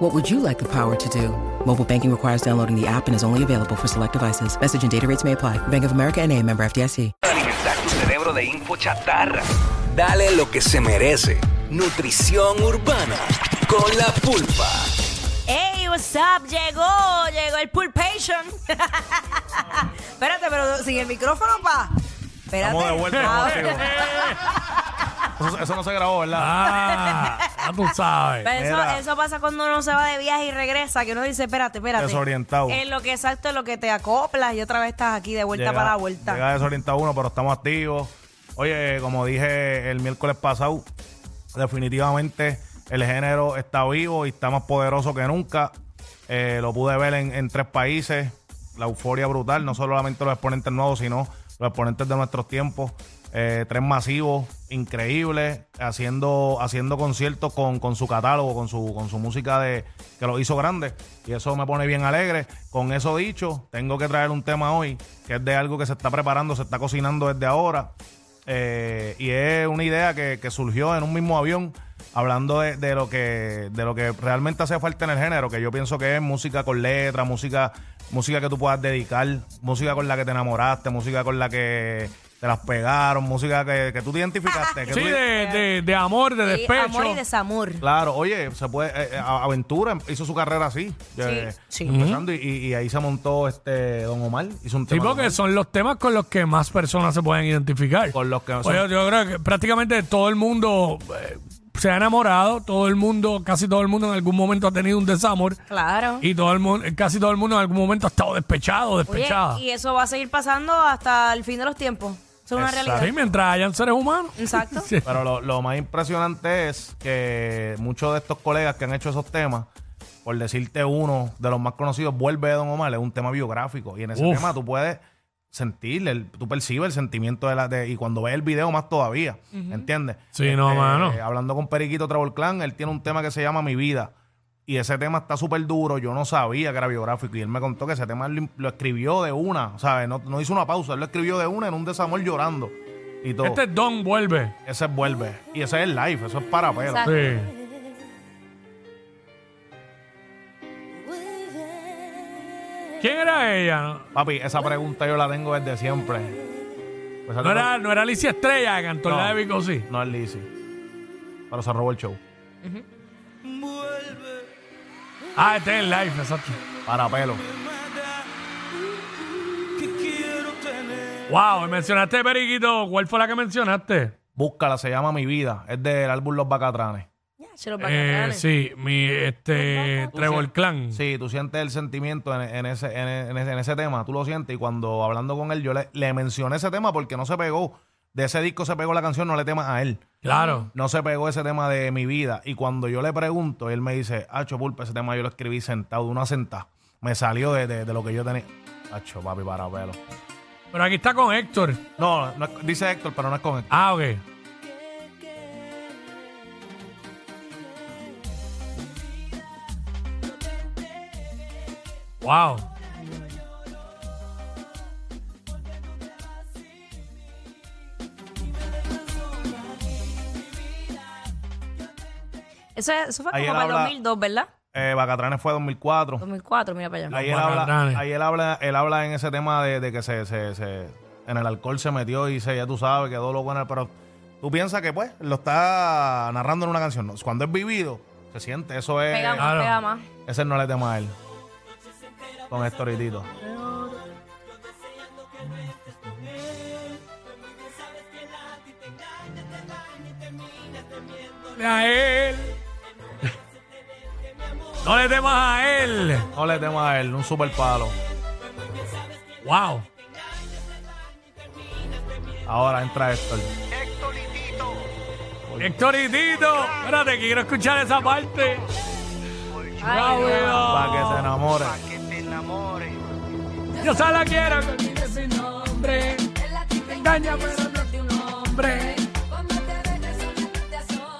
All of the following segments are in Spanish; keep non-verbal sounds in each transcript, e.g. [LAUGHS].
What would you like the power to do? Mobile banking requires downloading the app and is only available for select devices. Message and data rates may apply. Bank of America and a member FDIC. Alimentar tu cerebro de info chatarra. Dale lo que se merece. Nutrición urbana con la pulpa. Hey, what's up? Llegó, llegó el Pulpation. [LAUGHS] Espérate, pero sin el micrófono, pa. Espérate. Estamos de vuelta. Ah, contigo. [LAUGHS] Eso, eso no se grabó, ¿verdad? Ah, ya tú sabes. pero eso, Mira. eso pasa cuando uno se va de viaje y regresa, que uno dice, espérate, espérate. Desorientado. En lo que exacto es lo que te acoplas y otra vez estás aquí de vuelta para la vuelta. Llega desorientado uno, pero estamos activos. Oye, como dije el miércoles pasado, definitivamente el género está vivo y está más poderoso que nunca. Eh, lo pude ver en, en tres países. La euforia brutal, no solamente los exponentes nuevos, sino los exponentes de nuestros tiempos. Eh, tres masivos, increíbles, haciendo, haciendo conciertos con, con su catálogo, con su, con su música de, que los hizo grandes. Y eso me pone bien alegre. Con eso dicho, tengo que traer un tema hoy, que es de algo que se está preparando, se está cocinando desde ahora. Eh, y es una idea que, que surgió en un mismo avión, hablando de, de lo que, de lo que realmente hace falta en el género, que yo pienso que es música con letra, música, música que tú puedas dedicar, música con la que te enamoraste, música con la que te las pegaron, música que, que tú te identificaste. que Sí, tú- de, de- de amor, de Sí, despecho. amor y desamor. Claro, oye, se puede, eh, eh, a- Aventura hizo su carrera así, eh, sí. empezando, y, y- y ahí se montó este Don Omar, hizo un Sí, tema. porque son los temas con los que más personas se pueden identificar. Con los que son- Oye, yo creo que prácticamente todo el mundo eh, se ha enamorado, todo el mundo, casi todo el mundo en algún momento ha tenido un desamor Claro. y todo el mundo, casi todo el mundo en algún momento ha estado despechado, Oye, despechada. y eso va a seguir pasando hasta el fin de los tiempos. Eso es una Exacto. realidad. Sí, mientras hayan seres humanos. Exacto. [LAUGHS] Sí. Pero lo, lo más impresionante es que muchos de estos colegas que han hecho esos temas, por decirte uno de los más conocidos, Vuelve de Don Omar, es un tema biográfico. Y en ese Uf. tema tú puedes sentir, el- tú percibes el sentimiento de la... de- y cuando ves el video más todavía, ¿entiendes? Eh, Sí, no, mano. Hablando con Periquito Travel Clan, él tiene un tema que se llama Mi Vida. Y ese tema está súper duro. Yo no sabía que era biográfico. Y él me contó que ese tema lo, lo escribió de una. ¿Sabes? No, no hizo una pausa. Él lo escribió de una en un desamor llorando. Y todo. Este Don vuelve. Ese es vuelve. Y ese es el live, eso es para pelo. Exacto. Sí. ¿Quién era ella? No, Papi, esa pregunta yo la tengo desde siempre. Pues No era, no era Alicia Estrella que cantó No. la de Vico, sí. no es Lizzy. Pero se robó el show. Ah, este es el live, exacto. Para pelo. Wow, y mencionaste Periquito. ¿Cuál fue la que mencionaste? Búscala, se llama Mi Vida. Es del álbum Los Bacatranes. Se los Eh, bacatranes. sí, mi este Trevor Clan. Sí, tú sientes el sentimiento en, en ese, en, en ese, en ese tema, tú lo sientes. Y cuando hablando con él, yo le, le mencioné ese tema porque no se pegó. De ese disco se pegó la canción, no le temas a él. Claro. No se pegó ese tema de mi vida. Y cuando yo le pregunto, él me dice, Acho, pulpa, ese tema yo lo escribí sentado, de una sentada. Me salió de, de- de lo que yo tenía. Acho, papi, para pelo. Pero aquí está con Héctor. No, no es- dice Héctor, pero no es con Héctor. Ah, ok. Wow. Eso, eso fue Ahí como para él el habla- 2002, ¿verdad? Eh, Bacatranes fue 2004. 2004, mira para allá. Ahí él, Bacatranes. habla, ahí él habla él habla en ese tema de, de que se, se- se- en el alcohol se metió y se, ya tú sabes, quedó loco en el... Pero tú piensas que, pues, lo está narrando en una canción. No, cuando es vivido, se siente. Eso es... Pega más, claro. pega más. Ese no le tema a él. Con Héctor y Tito. A él. [LAUGHS] No le temas a él. No le tema a él, un super palo. Wow. Ahora entra Héctor. Héctoritito. Espérate, que quiero escuchar esa parte. Ay, Dios. Para que se enamore. Yo solo quiero que olvides su nombre. engaña, pero no es de un hombre.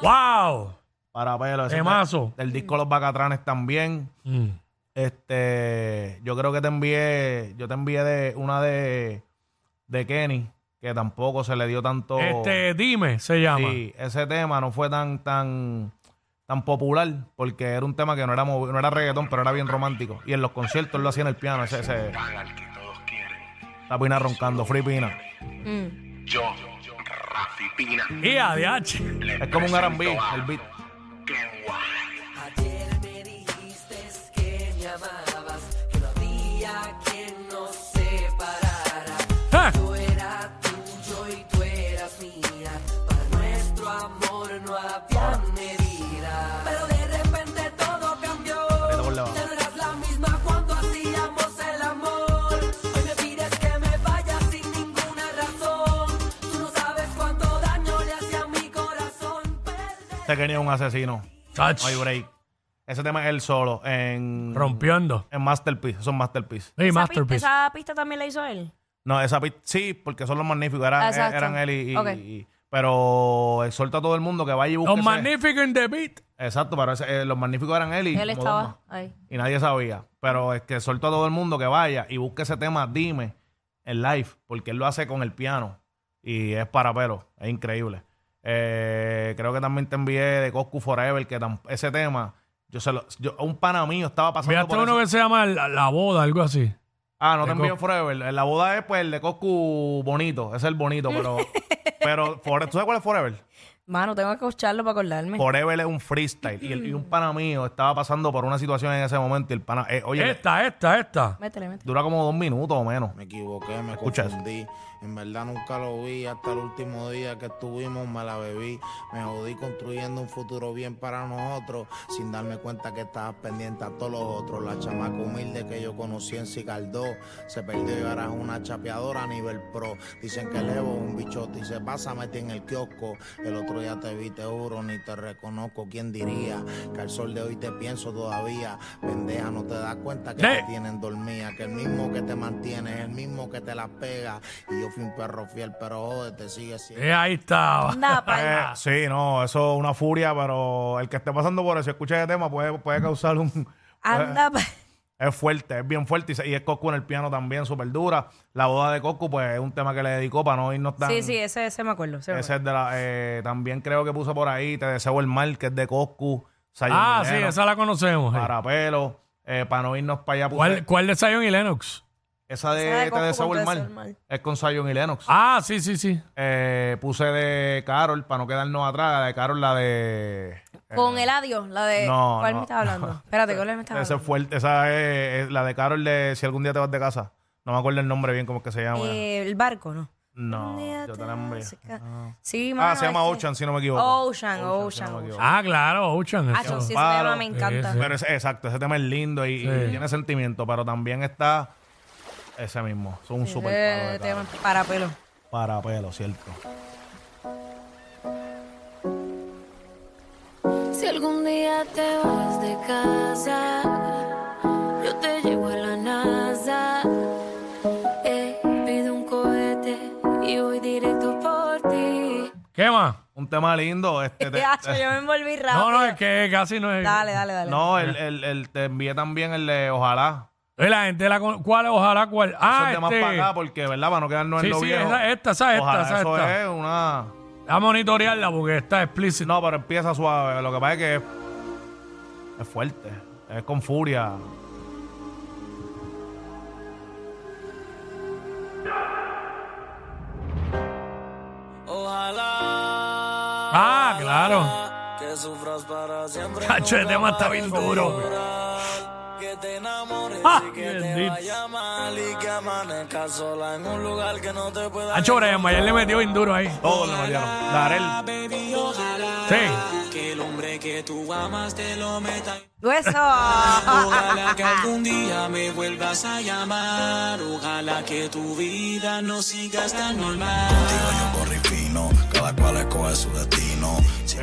¡Wow! Para pelo. ese Temazo. Del, del disco Los Bacatranes también. Mm. Este, yo creo que te envié, yo te envié de una de, de Kenny, que tampoco se le dio tanto. Este, dime, se llama. Oh. Sí, ese tema no fue tan, tan, tan popular, porque era un tema que no era, movi- no era reggaetón, pero era bien romántico. Y en los conciertos él lo hacía en el piano, ese, ese al que todos quieren. la pina roncando, free pina. Mm. Yo, Rafi Pina, Y ADH. Es como un R&B, el beat. Ken White. ¡Ja! Vete por debajo. Ese Kenny es un asesino, Sach, no hay break. Ese tema es él solo en, rompiendo. en Masterpiece, son Masterpiece. Esa, Hey, pista, masterpiece. esa pista también la hizo él. No, esa pi- sí, porque son los magníficos, era- Exacto. eran él y... y- Ok. y- pero exhorta a todo el mundo que vaya y busque. Los ese- magníficos in the beat. Exacto, pero ese- eh, los magníficos eran él y... Él como dos más. estaba ahí. y nadie sabía. Pero es que suelto a todo el mundo que vaya y busque ese tema, dime, en live, porque él lo hace con el piano y es para pelo, es increíble. Eh, creo que también te envié de Coscu Forever, que tam- ese tema, yo se lo, yo, un pana mío estaba pasando Fíjate por este uno eso. que se llama La, La Boda, algo así. Ah, no te de envié Coscu. Forever. La boda es pues el de Coscu bonito, es el bonito, [LAUGHS] pero, pero Forever, ¿tú sabes cuál es Forever? Mano, tengo que escucharlo para acordarme. Forever es un freestyle y, el- y un pana mío estaba pasando por una situación en ese momento y el pana, eh, oye, Esta, esta, esta. Métele, métele. dura como dos minutos o menos. Me equivoqué, me Escucha eso. confundí. En verdad nunca lo vi. Hasta el último día que estuvimos me la bebí. Me jodí construyendo un futuro bien para nosotros. Sin darme cuenta que estaba pendiente a todos los otros. La chamaca humilde que yo conocí en Cicardó. Se perdió y ahora es una chapeadora a nivel pro. Dicen que el Evo es un bichote y se pasa a meter en el kiosco. El otro día te vi, te juro, ni te reconozco. ¿Quién diría que al sol de hoy te pienso todavía? Pendeja, no te das cuenta que Ne- te tienen dormida, que el mismo que te mantiene es el mismo que te la pega. Y yo fui un perro fiel, pero joder, te sigue siendo. Eh, ahí estaba. Anda, pa'l- Eh, sí, no, eso es una furia, pero el que esté pasando por eso, escucha ese tema, puede, puede causar un... eh, anda, pa'l- Es fuerte, es bien fuerte y, se- y es Coscu en el piano también, súper dura. La boda de Coscu, pues es un tema que le dedicó para no irnos tan... Sí, sí, ese, ese me acuerdo. ese me Ese es de la... eh, también creo que puso por ahí Te deseo el mal, que es de Coscu. Zion Ah, y sí, Lennox, esa la conocemos. eh. Para pelo, eh, para no irnos para allá. puse- ¿Cuál, ¿Cuál de Zion y Lennox? Esa de, Esa de Te Coscu deseo con el Te deseo mal, el mal. es con Sayon y Lennox. Ah, sí, sí, sí. Eh, puse de Carol, para no quedarnos atrás, la de Carol, la de... Con el adiós, la de. No, ¿Cuál no, me estaba hablando? Espérate, ¿cuál me estaba Esa es hablando? fuerte, esa es, es la de Carol de Si algún día te vas de casa. No me acuerdo el nombre bien, cómo es que se llama. Eh, el barco, ¿no? no, yo te la envié. tengo. Sí, mano, Ah, se llama es que- Ocean, si no me equivoco. Este, Ocean, si no Ocean. me Ocean. equivoco. Ah, claro, Ocean. Ah, eso. sí, ese Paro. tema me encanta. Sí, sí. Pero ese- exacto, ese tema es lindo y, y Sí. tiene sentimiento, pero también está ese mismo. Es un super palo de Ese tema para pelo. cara. para pelo, cierto. Si algún día te vas de casa, yo te llevo a la NASA. Eh, pido un cohete y voy directo por ti. ¿Qué más? Un tema [LAUGHS] lindo, este te- Hacho, yo me envolví rápido. No, no, es que casi no es. Dale, dale, dale. No, el, el- el- te envié también el de Ojalá. Eh, La gente la con- ¿Cuál? Ojalá cuál. Eso Ah, es de más este. para acá porque, ¿verdad? Para no quedarnos Sí, en lo sí, viejo. esa- esta, esa, esta, Ojalá, esa, eso esta. es una... A monitorearla porque está explícito. No, pero empieza suave. Lo que pasa es que es, es fuerte. Es con furia. Ah, claro. [LAUGHS] Cacho, el tema está bien duro. güey. que te enamores Ah, y que te bendito. vaya mal y que amanezcas sola en un lugar que no te pueda Cacho, Brian Mayer le metió bien duro ahí. Todo le metieron. Darel. baby ojalá Sí. que el hombre que tú amas te lo meta [LAUGHS] Eso. ojalá que algún día me vuelvas a llamar ojalá que tu vida no siga tan normal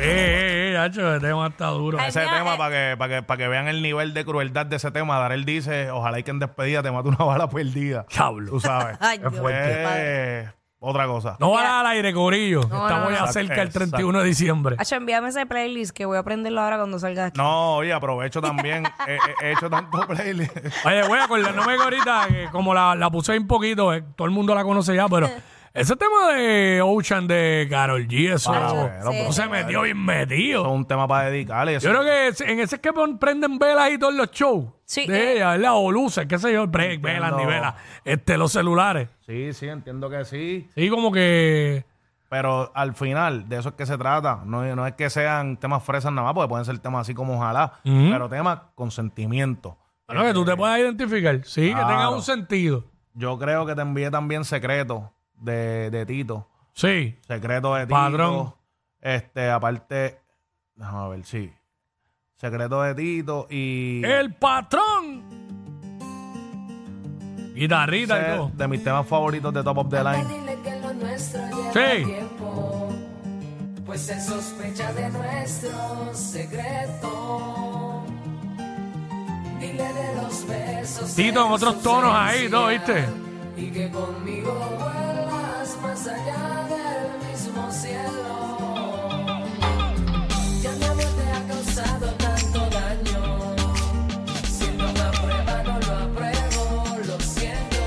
Eh, eh, eh, Cacho, el tema está duro. Ay, Ese mira, tema, eh. para que, para que, para que vean el nivel de crueldad de ese tema, Darel [LAUGHS] dice: Ojalá y que en despedida te mate una bala perdida. [LAUGHS] Diablo. Tú sabes. Ay, Dios Fue- otra cosa. No va al aire, Corillo. No, Estamos no, ya no. cerca el Exacto. 31 de diciembre. Hacho, envíame ese playlist que voy a aprenderlo ahora cuando salga de aquí. No, oye, [LAUGHS] aprovecho también. he, he- he hecho tanto playlist. [LAUGHS] Oye, voy a acordarme que ahorita, que como la, la puse ahí un poquito, eh, todo el mundo la conoce [LAUGHS] ya, pero ese tema de Ocean de Carol G, eso Ah, no, bueno, sí. pues, se metió bien Eso metido. es un tema para dedicarle. Yo eso- creo que es- en ese es que pon- prenden velas y todos los shows Sí, de eh. ella, ¿verdad? O luces, qué sé yo, break, velas, ni Entiendo. velas, este, los celulares. Sí, sí, entiendo que sí. Sí, como que... Pero al final, de eso es que se trata. No, no es que sean temas fresas nada más, porque pueden ser temas así como ojalá. Ujú. Pero temas con sentimiento. Bueno, que tú te puedas identificar, sí, que tenga claro. un sentido. Yo creo que te envié también secretos de, de Tito. Sí, Secreto de Tito. Padrón. Este, aparte. Déjame ver, sí. Secreto de Tito y. el patrón. Guitarrita y ese todo. es de mis temas favoritos de Top of the Line. Dile que lo nuestro Sí. tiempo, pues se sospecha de nuestro secreto. Dile de los besos Tito en otros tonos ahí, ¿no? ¿Viste? y que conmigo vuelas más allá del mismo cielo. Ya mi amor te ha causado tanto daño. Siendo una prueba, no lo apruebo, lo siento.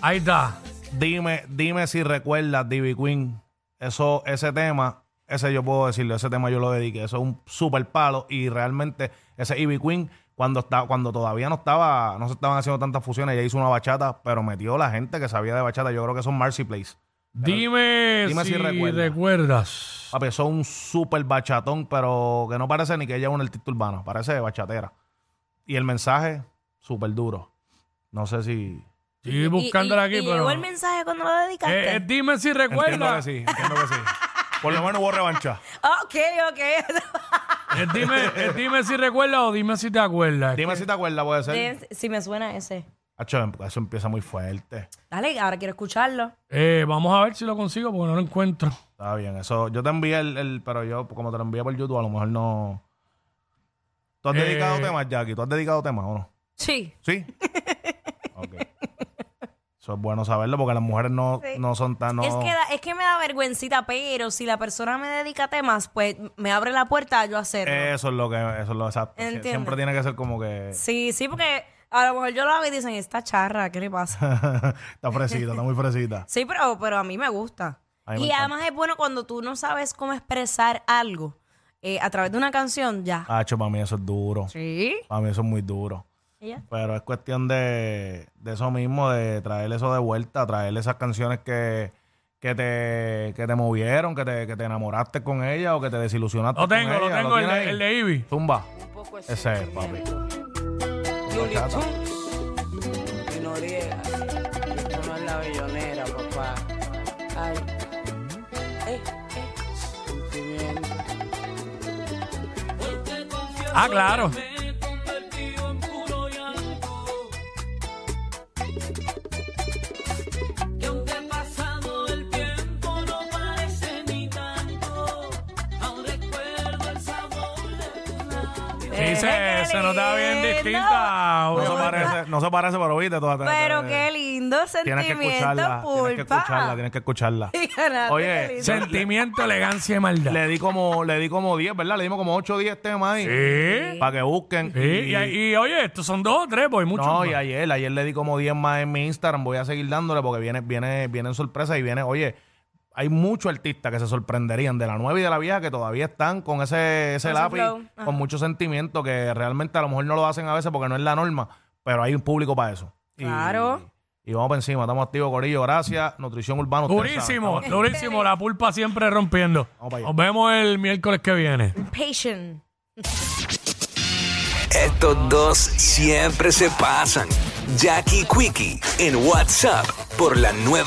Ahí está. Dime, dime si recuerdas Divi Queen. Eso, ese tema, ese yo puedo decirlo, ese tema yo lo dediqué. Eso es un super palo. Y realmente, ese Ivy Queen, cuando está, cuando todavía no estaba, no se estaban haciendo tantas fusiones, ella hizo una bachata, pero metió la gente que sabía de bachata. Yo creo que son Marcy Place. Dime, Dime si, si recuerda. recuerdas. Papi, eso es un super bachatón, pero que no parece ni que ella es una artista urbana, parece bachatera. Y el mensaje, súper duro. No sé si. Estoy y, buscándola aquí, y pero. llegó el mensaje cuando lo dedicaste. Eh, eh, dime si recuerdas. sí, entiendo que sí. Por lo menos hubo revancha. Ok, ok. [LAUGHS] Eh, dime, [LAUGHS] eh, dime si recuerdas o dime si te acuerdas. Dime si te acuerdas, puede ser. si me suena ese. Acho, eso empieza muy fuerte. Dale, ahora quiero escucharlo. Eh, vamos a ver si lo consigo porque no lo encuentro. Está bien, eso. Yo te envié el, el- Pero yo, como te lo envié por YouTube, a lo mejor no. ¿Tú has Eh. dedicado temas, Jackie? ¿Tú has dedicado temas o no? Sí. ¿Sí? ok. Eso es bueno saberlo porque las mujeres no, Sí. no son tan. No... Es, que da- es que me da vergüencita, pero si la persona me dedica temas, pues me abre la puerta a yo hacerlo. Eso es lo que. Eso es lo exacto. Sie- Entiendo. Siempre tiene que ser como que. [LAUGHS] Sí, sí, porque a lo mejor yo lo hago y dicen, esta charra, ¿qué le pasa? [LAUGHS] está fresita, está muy fresita. Sí, pero, pero a mí me gusta. A mí me y encanta. además es bueno cuando tú no sabes cómo expresar algo eh, a través de una canción, ya. Acho, para mí eso es duro. Sí. Para mí eso es muy duro. Y ya. Pero es cuestión de, de eso mismo, de traer eso de vuelta, traer esas canciones que, que, te, que te movieron, que te, que te enamoraste con ella o que te desilusionaste. Lo con tengo, lo ella. tengo, el, tienes de- ahí? el de Ivy. Zumba. Ese es, papi. Bachata. Y Noriega. Esto no es la billonera, papá. Ay. Eh, eh. Sentimiento. Ah, claro. Que aunque ha pasado el tiempo no parece ni tanto. Aún recuerdo el sabor de tu Sí, labios. Eh, se, qué se nota bien lindo. distinta. No se obviamente. parece, no se parece, pero viste. toda- Pero qué lindo eh, Tienes que escucharla, sentimiento, tienes que escucharla, pulpa. tienes [LAUGHS] que escucharla. Ganaste, Oye, qué lindo. Sentimiento, elegancia y maldad. Le di como, le di como 10, ¿verdad? Le dimos como 8 o 10 temas ahí. Sí. Para que busquen. Sí, Y, y- y, oye, estos son dos o tres, pues hay muchos. No, más. y ayer, ayer le di como 10 más en mi Instagram. Voy a seguir dándole porque viene, viene, vienen sorpresas y viene, oye, hay muchos artistas que se sorprenderían de la nueva y de la vieja que todavía están con ese, ese Con ese lápiz, flow. Ajá. con mucho sentimiento, que realmente a lo mejor no lo hacen a veces porque no es la norma, pero hay un público para eso. Y- Claro. Y, vamos para encima, estamos activos, Corillo. Gracias, Nutrición Urbano. ustedes Durísimo, saben, estamos- durísimo. La pulpa siempre rompiendo. Vamos para allá. Nos vemos el miércoles que viene. Patient. Estos dos siempre se pasan. Jackie Quickie en WhatsApp por la nueva.